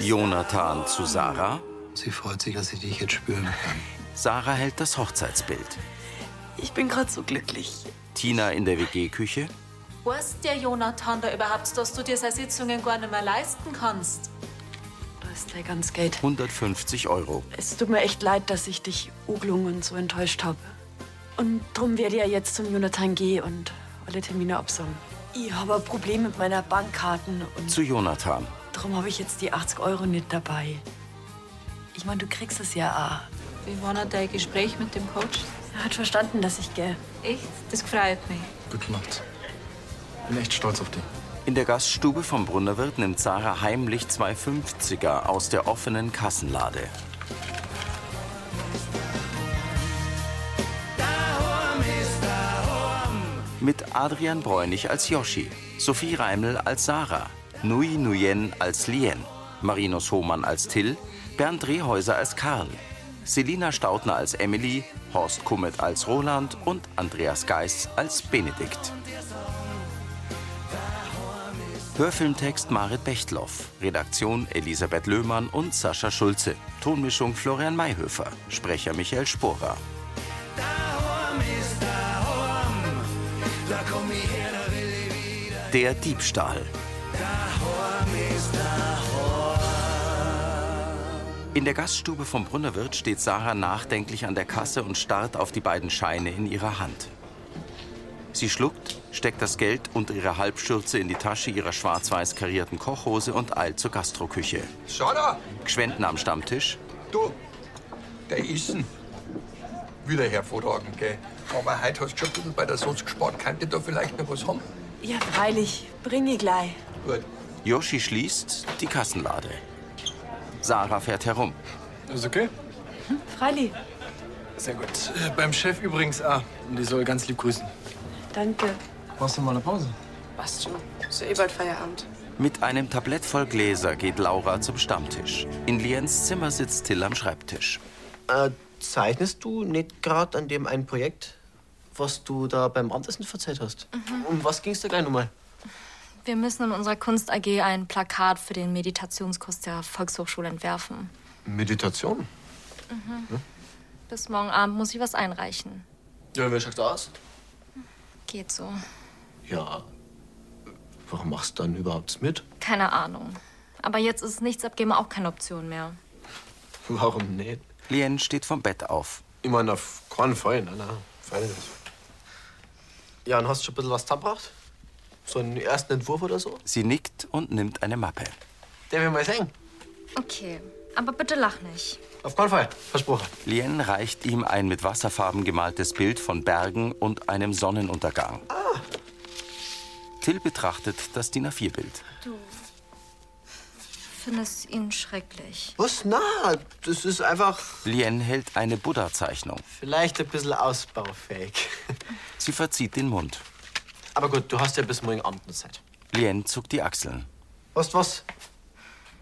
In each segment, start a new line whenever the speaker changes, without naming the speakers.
Jonathan zu Sarah.
Sie freut sich, dass sie dich jetzt spüren kann.
Sarah hält das Hochzeitsbild.
Ich bin gerade so glücklich.
Tina in der WG-Küche.
Weiß der Jonathan da überhaupt, dass du dir seine Sitzungen gar nicht mehr leisten kannst?
Du hast gleich ganz Geld.
150 Euro.
Es tut mir echt leid, dass ich dich uglung und so enttäuscht habe. Und drum werde ich ja jetzt zum Jonathan gehen und alle Termine absagen. Ich habe ein Problem mit meiner Bankkarten und
Zu Jonathan.
drum habe ich jetzt die 80 Euro nicht dabei. Ich meine, du kriegst es ja auch.
Wie war denn dein Gespräch mit dem Coach?
Er hat verstanden, dass ich gehe.
Echt? Das freut mich.
Gut gemacht. Bin echt stolz auf dich.
In der Gaststube vom Brunnerwirt nimmt Sarah heimlich zwei 50er aus der offenen Kassenlade. Mit Adrian Bräunig als Yoshi, Sophie Reiml als Sarah, Nui Nuyen als Lien, Marinus Hohmann als Till, Bernd Drehäuser als Karl, Selina Staudner als Emily, Horst Kummet als Roland und Andreas Geis als Benedikt. Hörfilmtext Marit Bechtloff, Redaktion Elisabeth Löhmann und Sascha Schulze, Tonmischung Florian Mayhöfer, Sprecher Michael Sporer. Der Diebstahl. In der Gaststube vom Brunnerwirt steht Sarah nachdenklich an der Kasse und starrt auf die beiden Scheine in ihrer Hand. Sie schluckt, steckt das Geld unter ihrer Halbschürze in die Tasche ihrer schwarz-weiß karierten Kochhose und eilt zur Gastroküche.
Schau da,
Gschwenden am Stammtisch.
du, der Essen. Wieder hervorragend, gell? Aber heute hast du schon ein bisschen bei der Soße gespart. Könnt ihr da vielleicht noch was haben?
Ja, freilich. Bring ich gleich.
Gut.
Yoshi schließt die Kassenlade. Sarah fährt herum.
Ist okay?
Hm? Freilich.
Sehr gut. Äh, beim Chef übrigens auch. Und die soll ganz lieb grüßen.
Danke.
Machst du mal eine Pause?
Passt schon. So eh bald Feierabend.
Mit einem Tablett voll Gläser geht Laura zum Stammtisch. In Liens Zimmer sitzt Till am Schreibtisch.
Äh, zeichnest du nicht gerade an dem ein Projekt, was du da beim Abendessen verzeiht hast? Um was ging's da gleich nochmal?
Wir müssen in unserer Kunst AG ein Plakat für den Meditationskurs der Volkshochschule entwerfen. Mhm.
Meditation?
Mhm.
Bis morgen Abend muss ich was einreichen.
Ja, wie schaut's aus?
Geht so.
Ja. Warum machst du dann überhaupt mit?
Keine Ahnung. Aber jetzt ist nichts abgeben auch keine Option mehr.
Warum nicht?
Lien steht vom Bett auf.
Ich meine, auf keinen Fall. Nein, nein. Fein ist
Ja, und hast du schon ein bisschen was zusammengebracht? So einen ersten Entwurf oder so?
Sie nickt und nimmt eine Mappe.
Der will mal sehen.
Okay, aber bitte lach nicht.
Auf keinen Fall. Versprochen.
Lien reicht ihm ein mit Wasserfarben gemaltes Bild von Bergen und einem Sonnenuntergang.
Ah.
Till betrachtet das DIN A4-Bild.
Findest ihn schrecklich.
Was? Na, das ist einfach
Lien hält eine Buddha-Zeichnung.
vielleicht ein bisschen ausbaufähig.
Sie verzieht den Mund.
Aber gut, du hast ja bis morgen Abend noch Zeit.
Lien zuckt die Achseln.
Weißt du was?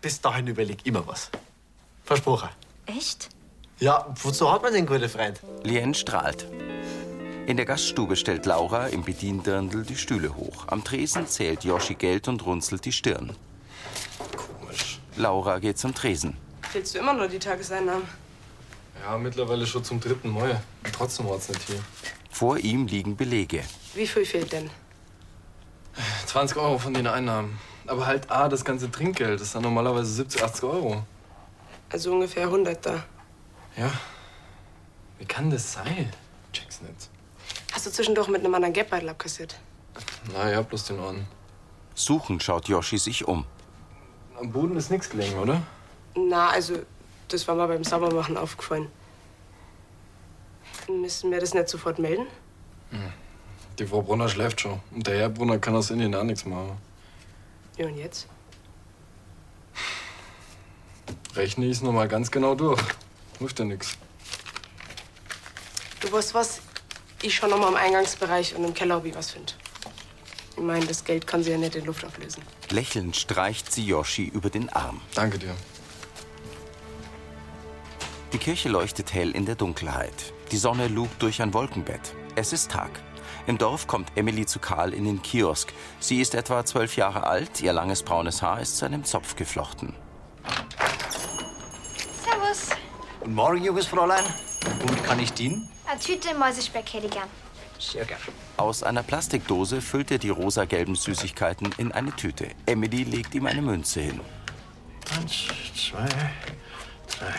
Bis dahin überleg immer was. Versprochen.
Echt?
Ja, wozu hat man den guten Freund?
Lien strahlt. In der Gaststube stellt Laura im Bediendirndl die Stühle hoch. Am Tresen zählt Yoshi Geld und runzelt die Stirn.
Komisch.
Laura geht zum Tresen.
Fehlst du immer nur die Tageseinnahmen?
Ja, mittlerweile schon zum dritten Mal. Und trotzdem war's nicht hier.
Vor ihm liegen Belege.
Wie viel fehlt denn?
20 Euro von den Einnahmen. Aber halt A, das ganze Trinkgeld. Das ist dann normalerweise 70, 80 Euro.
Also ungefähr 100 da.
Ja. Wie kann das sein? Check's nicht.
Hast du zwischendurch mit einem anderen Geldbeutel abkassiert?
Na ja, bloß den Ohren.
Suchend schaut Yoshi sich um.
Am Boden ist nichts gelegen, oder?
Na, also, das war mal beim Saubermachen aufgefallen. Müssen wir das nicht sofort melden?
Hm. Die Frau Brunner schläft schon. Und der Herr Brunner kann aus Indien auch nichts machen.
Ja, und jetzt?
Rechne ich's nochmal ganz genau durch. Hilft ja nix.
Du weißt was? Ich schau noch mal im Eingangsbereich und im Keller, ob ich was finde. Ich meine, das Geld kann sie ja nicht in Luft auflösen.
Lächelnd streicht sie Yoshi über den Arm.
Danke dir.
Die Kirche leuchtet hell in der Dunkelheit. Die Sonne lugt durch ein Wolkenbett. Es ist Tag. Im Dorf kommt Emily zu Karl in den Kiosk. Sie ist etwa zwölf Jahre alt, ihr langes braunes Haar ist zu einem Zopf geflochten.
Guten Morgen, junges Fräulein. Womit kann ich dienen?
Eine Tüte Mäusespeck hätte ich gern.
Sehr gern.
Aus einer Plastikdose füllt er die rosagelben Süßigkeiten in eine Tüte. Emily legt ihm eine Münze hin.
Eins, zwei, drei,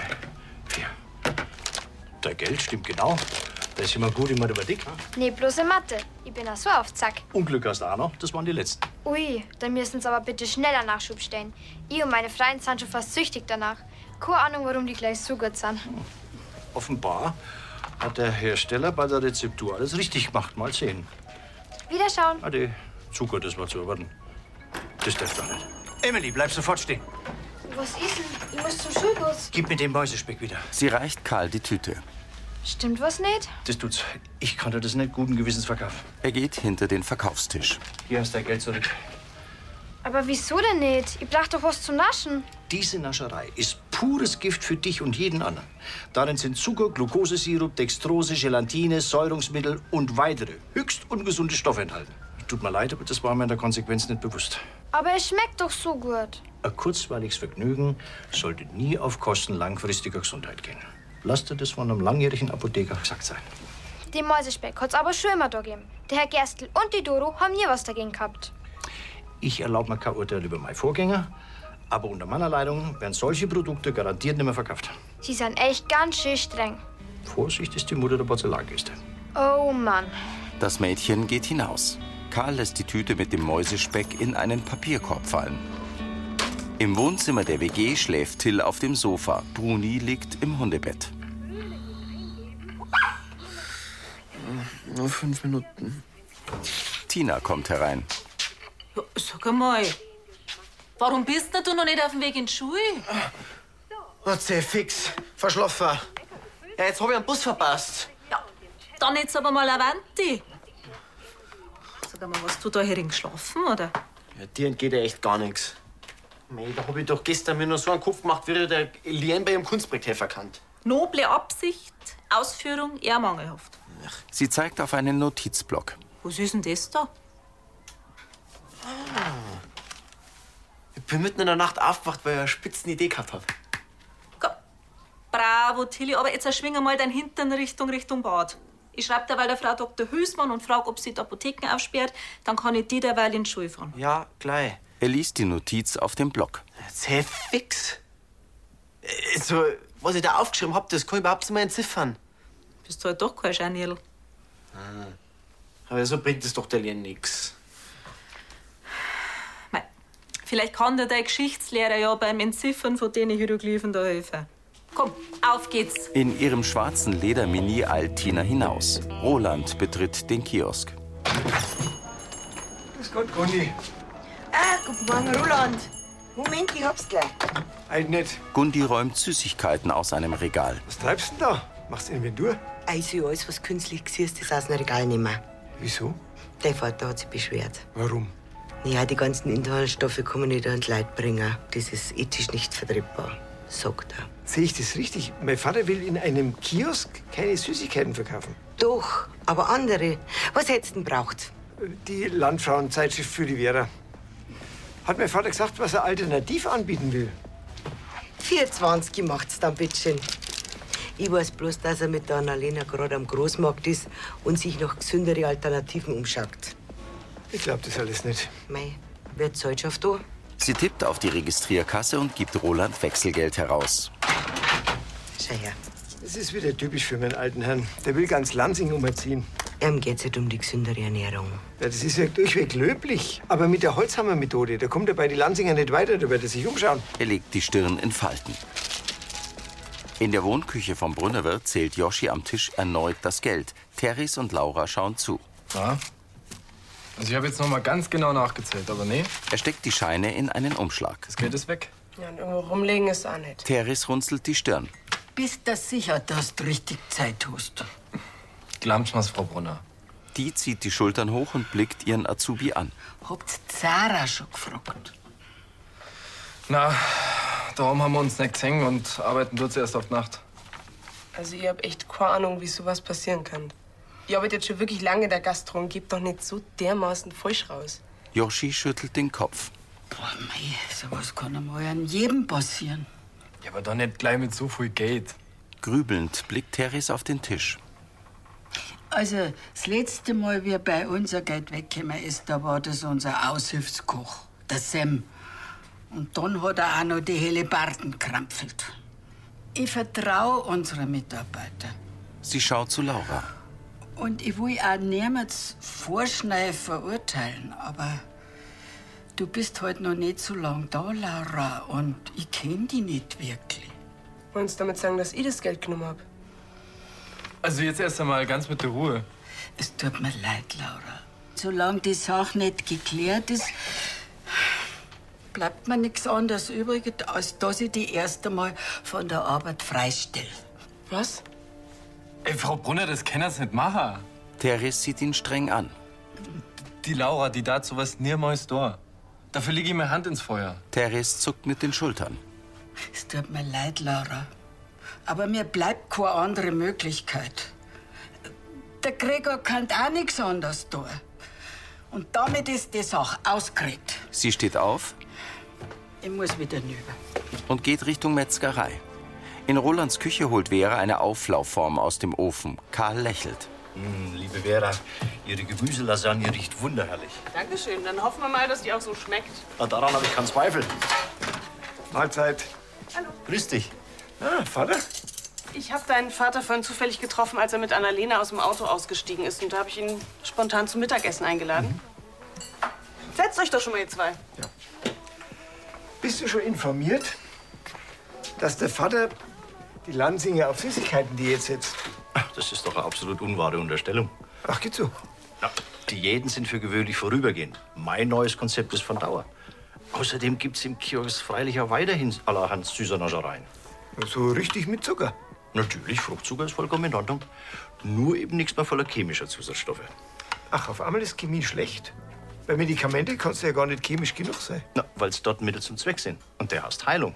vier. Der Geld stimmt genau. Da ist immer gut in Mathematik.
Nee, bloße Mathe. Ich bin auch so auf Zack.
Unglück hast du auch noch. Das waren die letzten.
Ui, dann müssen's aber bitte schneller Nachschub stellen. Ich und meine Freien sind schon fast süchtig danach. Keine Ahnung, warum die gleich so gut sind.
Offenbar hat der Hersteller bei der Rezeptur alles richtig gemacht. Mal sehen.
Wiederschauen.
Ade. Zu gut, das war zu erwarten. Das darf doch nicht. Emily, bleib sofort stehen.
Was ist denn? Ich muss zum Schulbus.
Gib mir den Mäusespeck wieder.
Sie reicht Karl die Tüte.
Stimmt was nicht?
Das tut's. Ich kann dir das nicht guten Gewissens verkaufen.
Er geht hinter den Verkaufstisch.
Hier hast dein Geld zurück.
Aber wieso denn nicht? Ich brauch doch was zum Naschen.
Diese Nascherei ist pures Gift für dich und jeden anderen. Darin sind Zucker, Glukosesirup, Dextrose, Gelatine, Säurungsmittel und weitere höchst ungesunde Stoffe enthalten. Tut mir leid, aber das war mir in der Konsequenz nicht bewusst.
Aber es schmeckt doch so gut.
Ein kurzweiliges Vergnügen sollte nie auf Kosten langfristiger Gesundheit gehen. Lass dir das von einem langjährigen Apotheker gesagt sein.
Den Mäusespeck hat's aber schon immer da gegeben. Der Herr Gerstl und die Doro haben nie was dagegen gehabt.
Ich erlaube mir kein Urteil über meinen Vorgänger, aber unter meiner Leitung werden solche Produkte garantiert nicht mehr verkauft.
Sie sind echt ganz schön streng.
Vorsicht ist die Mutter der Porzellankiste.
Oh Mann.
Das Mädchen geht hinaus. Karl lässt die Tüte mit dem Mäusespeck in einen Papierkorb fallen. Im Wohnzimmer der WG schläft Till auf dem Sofa. Bruni liegt im Hundebett.
Nur fünf Minuten.
Tina kommt herein.
Ja, Sag einmal, warum bist denn du noch nicht auf dem Weg in die Schule?
Hat sie fix. Verschlafen. Ja, jetzt hab ich einen Bus verpasst.
Dann jetzt aber mal Avanti. Sag einmal, hast du da herin geschlafen, oder?
Ja, dir entgeht ja echt gar nichts. Mei, da hab ich doch gestern mir nur so einen Kopf gemacht, wie der Lien bei ihrem Kunstprojekt verkannt.
Noble Absicht, Ausführung eher mangelhaft.
Sie zeigt auf einen Notizblock.
Was ist denn das da?
Ah. Ich bin mitten in der Nacht aufgewacht, weil ich eine spitzen Idee gehabt hab.
Bravo, Tilly, aber jetzt erschwing mal dein Hintern Richtung Richtung Bad. Ich schreib derweil der Frau Dr. Hülsmann und frag, ob sie die Apotheken aufsperrt. Dann kann ich die derweil in die Schule fahren.
Ja, gleich.
Er liest die Notiz auf dem Block.
Sehr fix. Äh, So, was ich da aufgeschrieben hab, das kann ich überhaupt nicht mehr entziffern. Ah.
Bist du halt doch kein Scharnierl.
Aber so bringt es doch der Lien nix.
Vielleicht kann dir dein Geschichtslehrer ja beim Entziffern von den Hieroglyphen da helfen. Komm, auf geht's.
In ihrem schwarzen Ledermini eilt Tina hinaus. Roland betritt den Kiosk.
Grüß Gott, Conny.
Ah, guten Morgen, Roland. Moment, ich hab's gleich.
Halt nicht. Gundi räumt Süßigkeiten aus einem Regal.
Was treibst du denn da? Machst du Inventur? Also, alles, was künstlich ist, das aus dem Regal nicht mehr. Wieso? Dein Vater hat sich beschwert.
Warum?
Ja, die ganzen Inhaltsstoffe kann man nicht an die Leute bringen. Das ist ethisch nicht vertretbar, sagt er.
Sehe ich das richtig? Mein Vater will in einem Kiosk keine Süßigkeiten verkaufen.
Doch, aber andere. Was hättest du denn braucht?
Die Landfrauenzeitschrift für die Vera. Hat mein Vater gesagt, was er alternativ anbieten will?
24 macht's dann, bitteschön. Ich weiß bloß, dass er mit der Annalena gerade am Großmarkt ist und sich nach gesündere Alternativen umschaut.
Ich glaube das alles nicht.
Mei, wer zahlt schon auf da?
Sie tippt auf die Registrierkasse und gibt Roland Wechselgeld heraus.
Schau her.
Das ist wieder typisch für meinen alten Herrn. Der will ganz Lansing umerziehen.
Ihm geht's nicht um die gesündere Ernährung.
Ja, das ist ja durchweg löblich. Aber mit der Holzhammermethode, da kommt er bei den Lansinger nicht weiter, da wird er sich umschauen.
Er legt die Stirn in Falten. In der Wohnküche vom Brunnerwirt zählt Joschi am Tisch erneut das Geld. Teres und Laura schauen zu.
Na? Also ich habe jetzt noch mal ganz genau nachgezählt, aber nee,
Er steckt die Scheine in einen Umschlag.
das Geld ist weg.
Ja, und irgendwo rumlegen ist auch nicht.
Teres runzelt die Stirn.
Bist du sicher, dass du richtig Zeit hast?
Glamt's mal's, Frau Brunner.
Die zieht die Schultern hoch und blickt ihren Azubi an.
Habt Zara schon gefragt?
Na, darum haben wir uns nicht hängen und arbeiten tut's erst auf die Nacht.
Also, ich hab echt keine Ahnung, wie sowas passieren kann. Ich arbeite jetzt schon wirklich lange in der Gastro und geb doch nicht so dermaßen falsch raus.
Joschi schüttelt den Kopf.
Boah, mei, sowas kann einmal an jedem passieren.
Ja, aber doch nicht gleich mit so viel Geld.
Grübelnd blickt Teres auf den Tisch.
Also, das letzte Mal, wie bei unser Geld weggekommen ist, da war das unser Aushilfskoch, der Sam. Und dann hat er auch noch die Hellebarden krampfelt. Ich vertraue unseren Mitarbeitern.
Sie schaut zu Laura.
Und ich will auch niemals vorschnell verurteilen, aber du bist heute noch nicht so lang da, Laura, und ich kenne dich nicht wirklich.
Wollen Sie damit sagen, dass ich das Geld genommen habe?
Also jetzt erst einmal ganz mit der Ruhe.
Es tut mir leid, Laura. Solange die Sache nicht geklärt ist, bleibt mir nichts anderes übrig, als dass ich die erst einmal von der Arbeit freistelle.
Was?
Ey, Frau Brunner, das kann das nicht machen.
Teres sieht ihn streng an.
Die Laura, die da sowas niemals da. Dafür lege ich mir Hand ins Feuer.
Teres zuckt mit den Schultern.
Es tut mir leid, Laura. Aber mir bleibt keine andere Möglichkeit. Der Gregor kann auch nichts anderes tun. Und damit ist die Sache ausgeregt.
Sie steht auf
Ich muss wieder rüber.
und geht Richtung Metzgerei. In Rolands Küche holt Vera eine Auflaufform aus dem Ofen. Karl lächelt.
Hm, liebe Vera, Ihre Gemüselasagne riecht wunderherrlich.
Dankeschön. Dann hoffen wir mal, dass die auch so schmeckt.
Na, daran habe ich keinen Zweifel.
Mahlzeit.
Hallo.
Grüß dich. Ah, Vater?
Ich habe deinen Vater vorhin zufällig getroffen, als er mit Annalena aus dem Auto ausgestiegen ist. Und da habe ich ihn spontan zum Mittagessen eingeladen. Setzt euch doch schon mal, ihr zwei.
Bist du schon informiert, dass der Vater die Lansinger auf Süßigkeiten-Diät setzt?
Ach, Das ist doch eine absolut unwahre Unterstellung.
Ach, geht so.
Ja, Diäten sind für gewöhnlich vorübergehend. Mein neues Konzept ist von Dauer. Außerdem gibt's im Kiosk freilich auch weiterhin allerhand süßer Naschereien.
So richtig mit Zucker?
Natürlich, Fruchtzucker ist vollkommen in Ordnung. Nur eben nichts mehr voller chemischer Zusatzstoffe.
Ach, auf einmal ist Chemie schlecht. Bei Medikamente kannst du ja gar nicht chemisch genug sein.
Na, weil's dort Mittel zum Zweck sind. Und der heißt Heilung.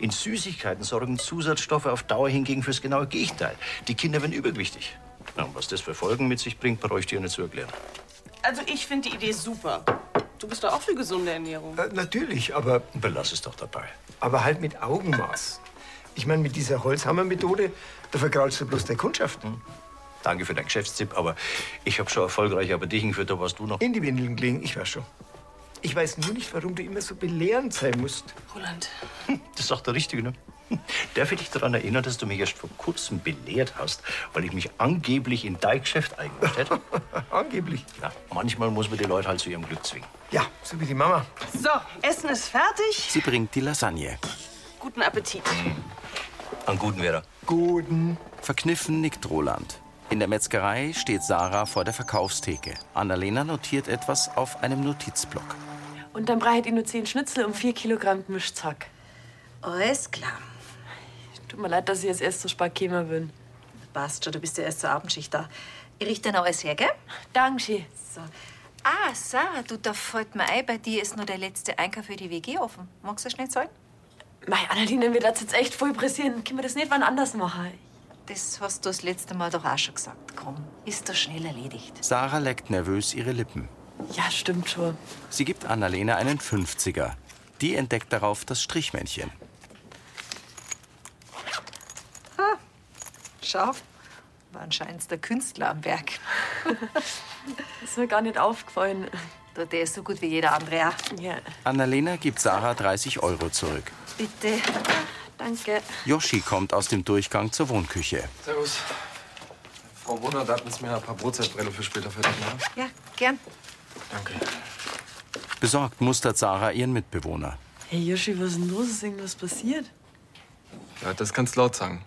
In Süßigkeiten sorgen Zusatzstoffe auf Dauer hingegen fürs genaue Gegenteil. Die Kinder werden übergewichtig. Na, und was das für Folgen mit sich bringt, brauche ich dir nicht zu erklären.
Also ich finde die Idee super. Du bist doch auch für gesunde Ernährung.
Äh,
natürlich, aber.
Belass es doch dabei.
Aber halt mit Augenmaß. Ich meine, mit dieser Holzhammermethode, da vergraulst du bloß der Kundschaft.
Hm, Danke für deinen Geschäftstipp, aber ich habe schon erfolgreich aber dich für da warst du noch.
In die Windeln gelegen, ich weiß schon. Ich weiß nur nicht, warum du immer so belehrend sein musst.
Roland.
Das sagt der Richtige, ne? Darf ich dich daran erinnern, dass du mich erst vor kurzem belehrt hast, weil ich mich angeblich in dein Geschäft eingemischt hätte?
angeblich?
Ja, manchmal muss man die Leute halt zu ihrem Glück zwingen.
Ja, so wie die Mama.
So, Essen ist fertig.
Sie bringt die Lasagne.
Guten Appetit.
An guten Vera.
Guten.
Verkniffen nickt Roland. In der Metzgerei steht Sarah vor der Verkaufstheke. Annalena notiert etwas auf einem Notizblock.
Und dann breit ich nur 10 Schnitzel und 4 Kilogramm Mischzack.
Alles klar.
Tut mir leid, dass ich jetzt erst so spät gekommen bin.
Passt schon, du bist ja erst zur Abendschicht da. Ich richte dann alles her, gell?
Dankeschön.
So. Ah, Sarah, du, da fällt mir ein, bei dir ist noch der letzte Einkauf für die WG offen. Magst du das nicht zahlen?
Mei, Annalena, mir das jetzt echt voll pressieren. Können wir das nicht wann anders machen?
Das hast du das letzte Mal doch auch schon gesagt. Komm, ist doch schnell erledigt.
Sarah leckt nervös ihre Lippen.
Ja, stimmt schon.
Sie gibt Annalena einen 50er. Die entdeckt darauf das Strichmännchen.
Ha, schau, war anscheinend der Künstler am Werk.
ist mir gar nicht aufgefallen.
Du, der ist so gut wie jeder andere auch.
Ja.
Annalena gibt Sarah 30 Euro zurück.
Bitte.
Danke.
Yoshi kommt aus dem Durchgang zur Wohnküche.
Servus. Frau Brunner, da hatten Sie mir ein paar Brotzeitbrille für später fertig, ne?
Ja, gern.
Danke.
Besorgt mustert Sarah ihren Mitbewohner.
Hey, Yoshi, was ist denn los? Ist irgendwas passiert?
Ja, das kannst laut sagen.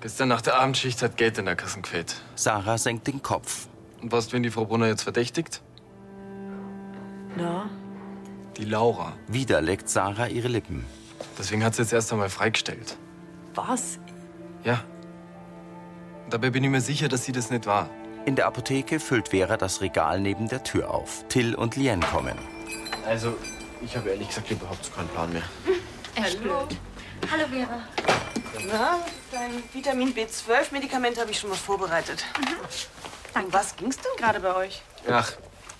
Gestern nach der Abendschicht hat Geld in der Kasse gefehlt.
Sarah senkt den Kopf.
Und was, wen die Frau Brunner jetzt verdächtigt?
Na?
Die Laura.
Wieder leckt Sarah ihre Lippen.
Deswegen hat sie jetzt erst einmal freigestellt.
Was?
Ja. Dabei bin ich mir sicher, dass sie das nicht war.
In der Apotheke füllt Vera das Regal neben der Tür auf. Till und Lien kommen.
Also, ich habe ehrlich gesagt überhaupt keinen Plan mehr.
Hallo. Hallo, Vera. Na, dein Vitamin B12-Medikament habe ich schon mal vorbereitet. Um was ging's denn gerade bei euch?
Ach,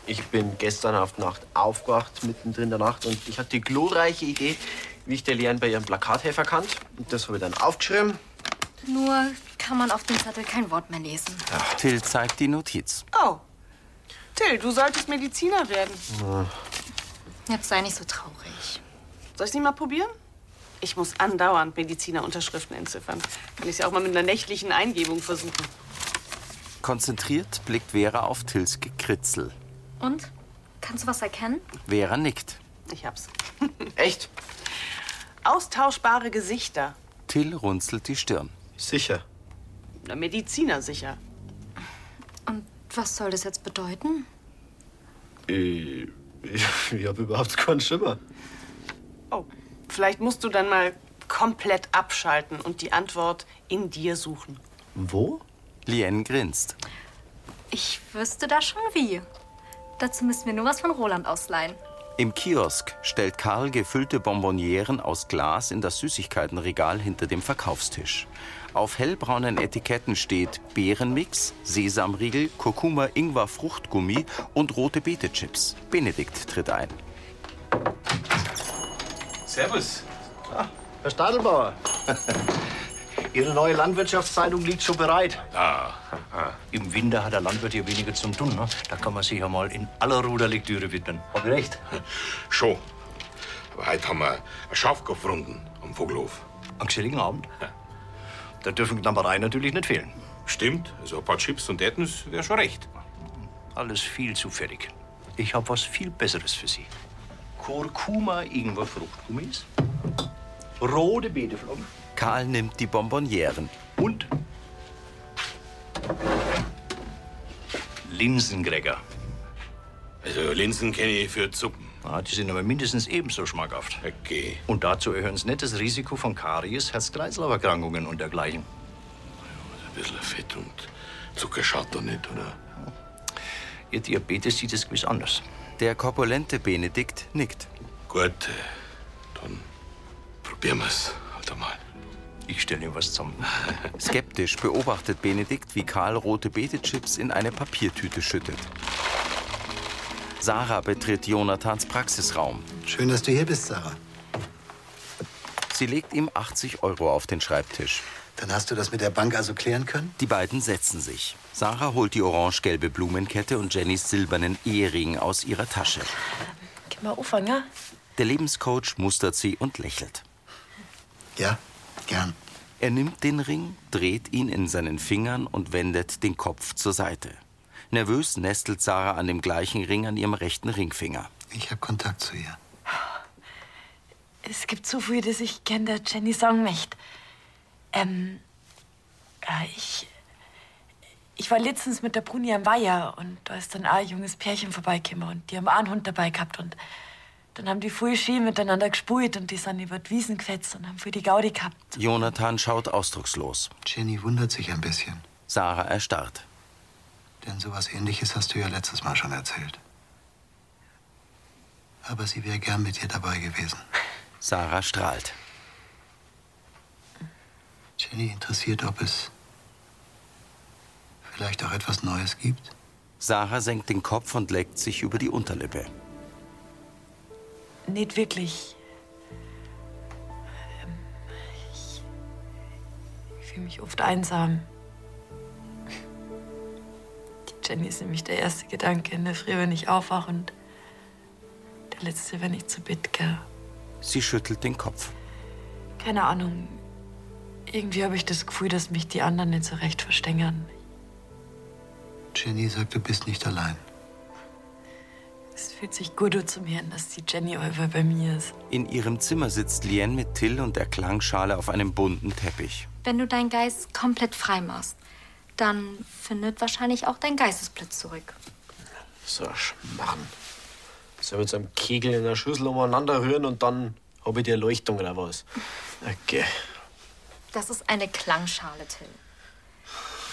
ich bin gestern auf die Nacht aufgewacht, mitten in der Nacht, und ich hatte die glorreiche Idee,
wie ich der Leon bei ihrem Plakat helfen kann. Und das habe ich dann aufgeschrieben.
Nur kann man auf dem Zettel kein Wort mehr lesen.
Till zeigt die Notiz.
Oh. Till, du solltest Mediziner werden.
Jetzt sei nicht so traurig.
Soll ich nicht mal probieren? Ich muss andauernd Medizinerunterschriften entziffern. Kann ich ja auch mal mit einer nächtlichen Eingebung versuchen.
Konzentriert blickt Vera auf Tills Gekritzel.
Und? Kannst du was erkennen?
Vera nickt.
Ich hab's.
Echt?
Austauschbare Gesichter.
Till runzelt die Stirn.
Sicher.
Na, Mediziner sicher.
Was soll das jetzt bedeuten?
Ich, ich, Äh, ich habe überhaupt keinen Schimmer.
Oh, Vielleicht musst du dann mal komplett abschalten und die Antwort in dir suchen.
Wo? Lien grinst.
Ich wüsste da schon wie. Dazu müssen wir nur was von Roland ausleihen.
Im Kiosk stellt Karl gefüllte Bonbonieren aus Glas in das Süßigkeitenregal hinter dem Verkaufstisch. Auf hellbraunen Etiketten steht Beerenmix, Sesamriegel, Kurkuma, Ingwer, Fruchtgummi und rote Beetechips. Benedikt tritt ein.
Servus. Ah, Herr Stadelbauer. Ihre neue Landwirtschaftszeitung liegt schon bereit. Ah, Im Winter hat der Landwirt hier weniger zum tun. Ne? Da kann man sich ja mal in aller Ruhe der Lektüre widmen. Hab ich recht?
Schon. Aber heute haben wir ein Schaf gefunden am Vogelhof.
Einen geselligen Abend. Da dürfen Knabberei natürlich nicht fehlen.
Stimmt, also ein paar Chips und Ettens wäre schon recht.
Alles viel zufällig. Ich habe was viel Besseres für Sie. Kurkuma, Ingwer, Fruchtgummis. Rote Beeteflocken.
Karl nimmt die Bonbonieren.
Und? Linsengräger.
Also Linsen kenne ich für Suppen.
Ah, die sind aber mindestens ebenso schmackhaft. Okay. Und dazu erhöhen's nicht das Risiko von Karies, Herz-Kreislauf-Erkrankungen und dergleichen.
Ein bisschen Fett und Zucker schaut da nicht, oder?
Ihr Diabetes sieht es gewiss anders.
Der korpulente Benedikt nickt.
Gut, äh, dann probieren wir's. Halt mal.
Ich stelle ihm was zusammen.
Skeptisch beobachtet Benedikt, wie Karl rote Betechips in eine Papiertüte schüttet. Sarah betritt Jonathans Praxisraum.
Schön, dass du hier bist, Sarah.
Sie legt ihm 80 Euro auf den Schreibtisch.
Dann hast du das mit der Bank also klären können?
Die beiden setzen sich. Sarah holt die orangegelbe Blumenkette und Jennys silbernen Ehering aus ihrer Tasche.
Geh mal anfangen, ja?
Der Lebenscoach mustert sie und lächelt.
Ja, gern.
Er nimmt den Ring, dreht ihn in seinen Fingern und wendet den Kopf zur Seite. Nervös nestelt Sarah an dem gleichen Ring an ihrem rechten Ringfinger.
Ich habe Kontakt zu ihr.
Es gibt so viel, das ich kenne, der Jenny sagen möchte. Ähm, äh, ich, ich war letztens mit der Bruni am Weiher und da ist dann auch ein junges Pärchen vorbeigekommen und die haben auch einen Hund dabei gehabt und dann haben die voll schön miteinander gespielt und die sind über die Wiesen gefetzt und haben für die Gaudi gehabt.
Jonathan schaut ausdruckslos.
Jenny wundert sich ein bisschen,
Sarah erstarrt.
denn sowas ähnliches hast du ja letztes Mal schon erzählt. Aber sie wäre gern mit dir dabei gewesen.
Sarah strahlt.
Jenny interessiert, ob es vielleicht auch etwas Neues gibt.
Sarah senkt den Kopf und leckt sich über die Unterlippe.
Nicht wirklich. Ähm, Ich, ich fühle mich oft einsam. Die Jenny ist nämlich der erste Gedanke in der Früh, wenn ich aufwache und der letzte, wenn ich zu Bett gehe.
Sie schüttelt den Kopf.
Keine Ahnung. Irgendwie habe ich das Gefühl, dass mich die anderen nicht so recht verstängern.
Jenny sagt, du bist nicht allein.
Es fühlt sich gut an zum Hirn, dass die Jenny Olver bei mir ist.
In ihrem Zimmer sitzt Lien mit Till und der Klangschale auf einem bunten Teppich.
Wenn du deinen Geist komplett frei machst, dann findet wahrscheinlich auch dein Geistesblitz zurück.
So ein Schmarrn. Soll mit so einem Kegel in der Schüssel umeinander rühren und dann habe ich die Erleuchtung oder was? Okay.
Das ist eine Klangschale, Till.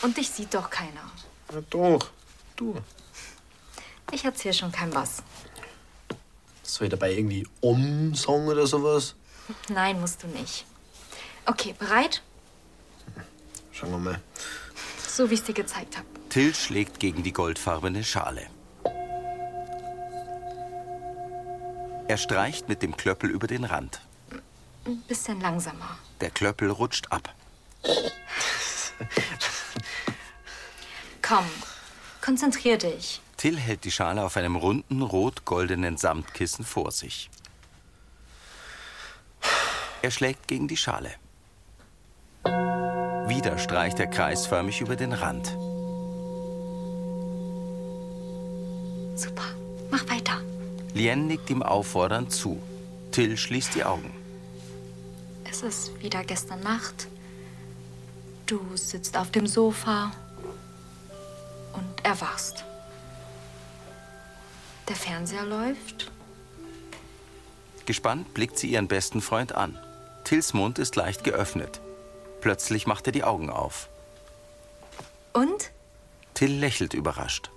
Und dich sieht doch keiner.
Na doch. Du.
Ich erzähl schon kein was.
Soll ich dabei irgendwie umsongen oder sowas?
Nein, musst du nicht. Okay, bereit?
Schauen wir mal.
So wie ich dir gezeigt habe.
Till schlägt gegen die goldfarbene Schale. Er streicht mit dem Klöppel über den Rand.
ein bisschen langsamer.
Der Klöppel rutscht ab.
Komm, konzentrier dich.
Till hält die Schale auf einem runden, rot-goldenen Samtkissen vor sich. Er schlägt gegen die Schale. Wieder streicht er kreisförmig über den Rand.
Super, mach weiter.
Lien nickt ihm auffordernd zu. Till schließt die Augen.
Es ist wieder gestern Nacht. Du sitzt auf dem Sofa und erwachst. Der Fernseher läuft.
Gespannt blickt sie ihren besten Freund an. Tills Mund ist leicht geöffnet. Plötzlich macht er die Augen auf.
Und?
Till lächelt überrascht.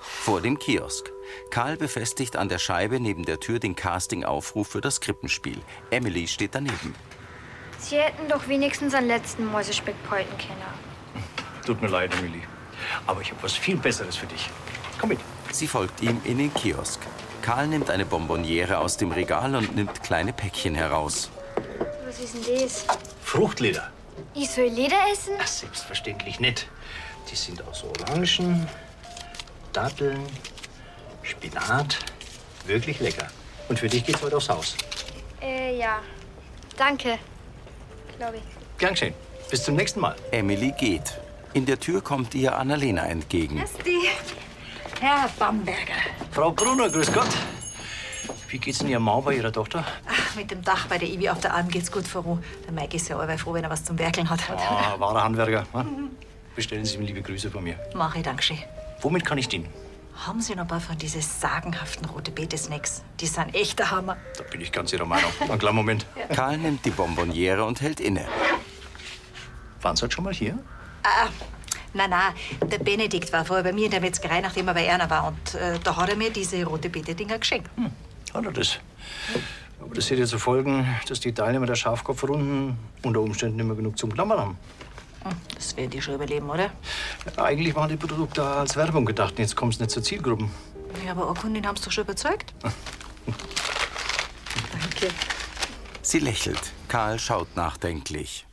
Vor dem Kiosk. Karl befestigt an der Scheibe neben der Tür den Castingaufruf für das Krippenspiel. Emily steht daneben.
Sie hätten doch wenigstens einen letzten Mäusespeck polten können.
Tut mir leid, Emily. Aber ich habe was viel Besseres für dich. Komm mit.
Sie folgt ihm in den Kiosk. Karl nimmt eine Bonbonniere aus dem Regal und nimmt kleine Päckchen heraus.
Was ist denn das?
Fruchtleder.
Ich soll Leder essen?
Selbstverständlich nicht. Die sind aus Orangen, Datteln, Spinat. Wirklich lecker. Und für dich geht's heute aufs Haus.
Äh, ja. Danke. Glaube ich.
Gern geschehen. Bis zum nächsten Mal.
Emily geht. In der Tür kommt ihr Annalena entgegen.
Die Herr Bamberger.
Frau Brunner, grüß Gott. Wie geht's denn Ihrer Mau bei Ihrer Tochter?
Ach, mit dem Dach bei der Ibi auf der Arm geht's gut voran. Der Mike ist ja allweil froh, wenn er was zum Werkeln hat.
Ah, wahrer Handwerker. hm? Bestellen Sie ihm liebe Grüße von mir.
Mach ich, Dankeschön.
Womit kann ich dienen?
Haben Sie noch ein paar von diesen sagenhaften rote Beete-Snacks? Die sind echt der Hammer.
Da bin ich ganz Ihrer Meinung. Einen kleinen Moment.
Karl nimmt die Bonbonniere und hält inne.
Waren Sie heute schon mal hier?
Ah, nein, nein, der Benedikt war vorher bei mir in der Metzgerei, nachdem er bei Erna war. Und äh, da hat er mir diese rote Beete-Dinger geschenkt.
Hat er das? Aber das hätte zur Folge, dass die Teilnehmer der Schafkopfrunden unter Umständen nicht mehr genug zum Klammern haben.
Das werden die schon überleben, oder?
Eigentlich waren die Produkte als Werbung gedacht. und Jetzt kommen sie nicht zu Zielgruppen.
Ja, aber Urkundin haben sie doch schon überzeugt. Danke.
Sie lächelt. Karl schaut nachdenklich.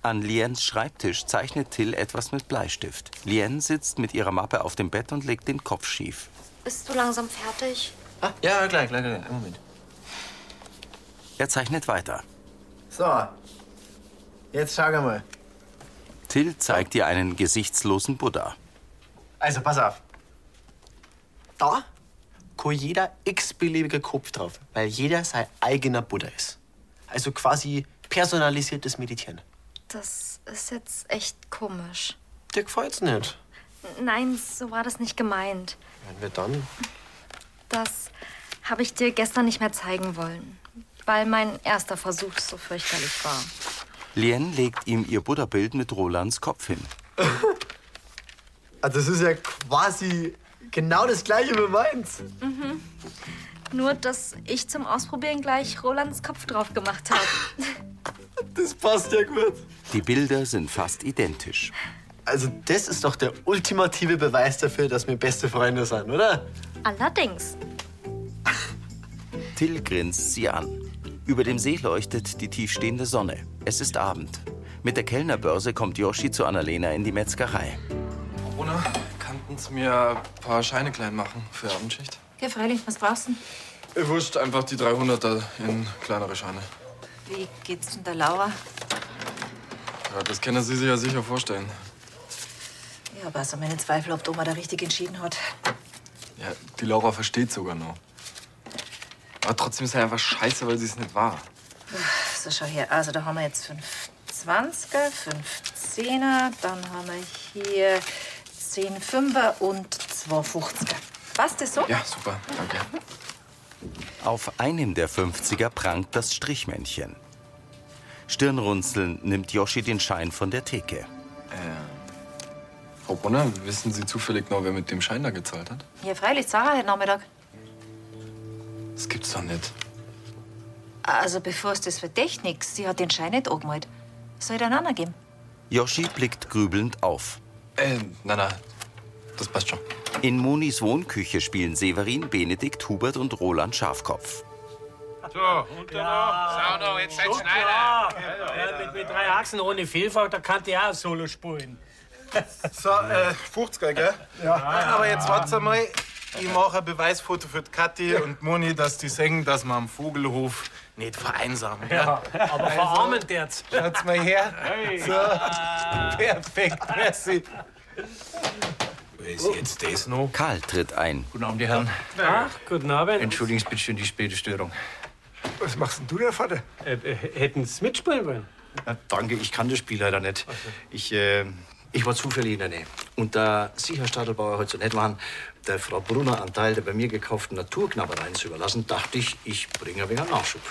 An Liens Schreibtisch zeichnet Till etwas mit Bleistift. Lien sitzt mit ihrer Mappe auf dem Bett und legt den Kopf schief.
Bist du langsam fertig?
Ah,
Ja, gleich, gleich, gleich. Einen Moment.
Er zeichnet weiter.
So, jetzt schau mal.
Till zeigt ihr einen gesichtslosen Buddha.
Also, pass auf. Da kann jeder x-beliebiger Kopf drauf, weil jeder sein eigener Buddha ist. Also quasi personalisiertes Meditieren.
Das ist jetzt echt komisch.
Dir gefällt's nicht.
Nein, so war das nicht gemeint.
Wenn wir dann.
Das habe ich dir gestern nicht mehr zeigen wollen, weil mein erster Versuch so fürchterlich war.
Lien legt ihm ihr Buddha-Bild mit Rolands Kopf hin.
Also, das ist ja quasi genau das gleiche wie meins.
Mhm. Nur, dass ich zum Ausprobieren gleich Rolands Kopf drauf gemacht habe.
Das passt ja gut.
Die Bilder sind fast identisch.
Also, das ist doch der ultimative Beweis dafür, dass wir beste Freunde sind, oder?
Allerdings.
Till grinst sie an. Über dem See leuchtet die tiefstehende Sonne. Es ist Abend. Mit der Kellnerbörse kommt Yoshi zu Annalena in die Metzgerei.
Brunner, kannten Sie mir ein paar Scheine klein machen für Abendschicht?
Ja, freilich, was brauchst du denn?
Ihr wurscht einfach die 300er in kleinere Scheine.
Wie geht's denn der Laura?
Ja, das können Sie sich ja sicher vorstellen.
Ja, aber
also
so meine Zweifel, ob die Oma da richtig entschieden hat.
Ja, die Laura versteht sogar noch. Aber trotzdem ist er einfach scheiße, weil sie es nicht war.
Uff, So, schau her. Also, da haben wir jetzt fünf 20er, fünf 10er, dann haben wir hier 10 Fünfer und 2 50er. Passt das so?
Ja, super, danke.
Auf einem der 50er prangt das Strichmännchen. Stirnrunzelnd nimmt Yoshi den Schein von der Theke.
Frau Brunner, wissen Sie zufällig noch, wer mit dem Schein da gezahlt hat?
Ja, freilich, Sarah heute Nachmittag.
Das gibt's doch nicht.
Also, bevor es das verdächt nix, sie hat den Schein nicht angemalt. Soll ich dir einen anderen geben?
Yoshi blickt grübelnd auf.
Äh, na na, das passt schon.
In Monis Wohnküche spielen Severin, Benedikt, Hubert und Roland Schafkopf.
So, und dann noch? Sau noch, jetzt seid Schneider.
Ja, mit, mit drei Achsen ohne Vielfalt, da kann die auch Solo spielen.
So, äh, 50er, gell?
Ja.
Aber jetzt wartet mal. Ich mache ein Beweisfoto für die Kathi und Moni, dass die sehen, dass wir am Vogelhof nicht vereinsamen. gell?
Ja,
Also,
aber verarmen der's.
Schaut's mal her.
Hey.
So. Perfekt, merci.
Ist jetzt das noch?
Karl tritt ein.
Guten Abend, die Herren.
Ach, guten Abend.
Entschuldigen Sie bitte schön die späte Störung.
Was machst denn du da, Vater?
Äh, äh, hätten Sie mitspielen wollen?
Na, danke, ich kann das Spiel leider nicht. Ich, äh, ich war zufällig in der Nähe. Und da Sie, Herr Stadelbauer, heute so nett waren, der Frau Brunner einen Teil der bei mir gekauften Naturknabbereien zu überlassen, dachte ich, ich bringe ein wenig Nachschub.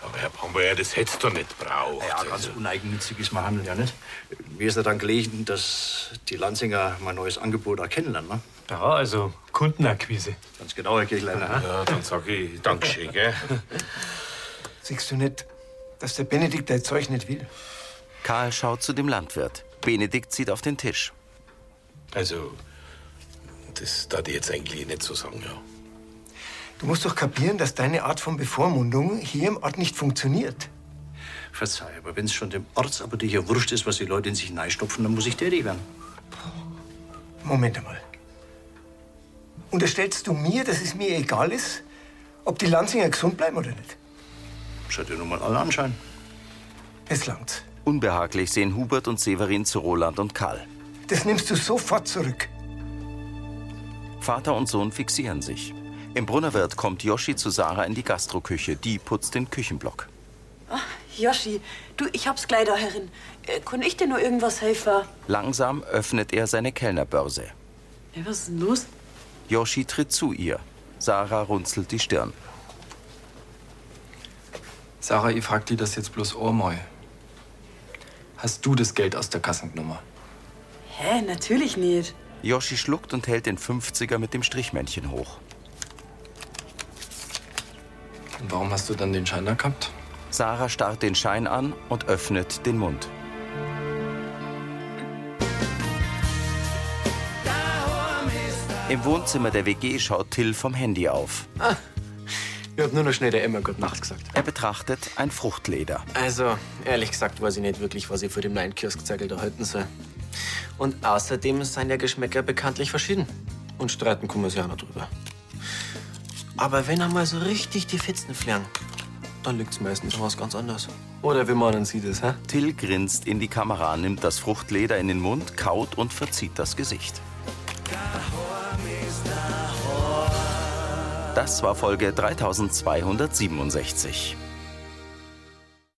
Aber Herr Pombeer, das hättest du nicht braucht. Also
Ja, ganz uneigennützig ist mein Handeln ja nicht. Mir ist ja dann gelegen, dass die Lanzinger mein neues Angebot auch kennenlernen. Ne?
Ja, also Kundenakquise.
Ganz genau, Herr Kirchleiner.
Ja, dann sag ich Dankeschön, gell?
Siehst du nicht, dass der Benedikt dein Zeug nicht will?
Karl schaut zu dem Landwirt. Benedikt zieht auf den Tisch.
Also, das darf ich jetzt eigentlich nicht so sagen, ja.
Du musst doch kapieren, dass deine Art von Bevormundung hier im Ort nicht funktioniert.
Verzeih, aber wenn es schon dem Ortsapotheker wurscht ist, was die Leute in sich hineinstopfen, dann muss ich tätig werden.
Moment einmal. Unterstellst du mir, dass es mir egal ist, ob die Lanzinger gesund bleiben oder nicht?
Das hat ja nun mal alle Anschein.
Es langt.
Unbehaglich sehen Hubert und Severin zu Roland und Karl.
Das nimmst du sofort zurück.
Vater und Sohn fixieren sich. Im Brunnerwirt kommt Joschi zu Sarah in die Gastroküche. Die putzt den Küchenblock.
Ah, Joschi, du, ich hab's gleich da herin. Äh, kann ich dir nur irgendwas helfen?
Langsam öffnet er seine Kellnerbörse.
Ja, was ist denn los?
Joschi tritt zu ihr. Sarah runzelt die Stirn.
Sarah, ich frag dich das jetzt bloß einmal. Hast du das Geld aus der Kassennummer?
Hä, natürlich nicht.
Joschi schluckt und hält den 50er mit dem Strichmännchen hoch.
Und warum hast du dann den Schein erkannt?
Sarah starrt den Schein an und öffnet den Mund. Im Wohnzimmer der WG schaut Till vom Handy auf.
Ah, Ich hab nur noch schnell der Emma Gute Nacht gesagt.
Er betrachtet ein Fruchtleder.
Also, ehrlich gesagt, weiß ich nicht wirklich, was ich für den neuen Kioskzettel da halten soll. Und außerdem sind ja Geschmäcker bekanntlich verschieden. Und streiten kann man sich auch noch drüber. Aber wenn einmal so richtig die Fetzen fliegen, dann liegt's meistens an was ganz anderes. Oder wie meinen Sie das, hä?
Till grinst in die Kamera, nimmt das Fruchtleder in den Mund, kaut und verzieht das Gesicht. Das war Folge 3267.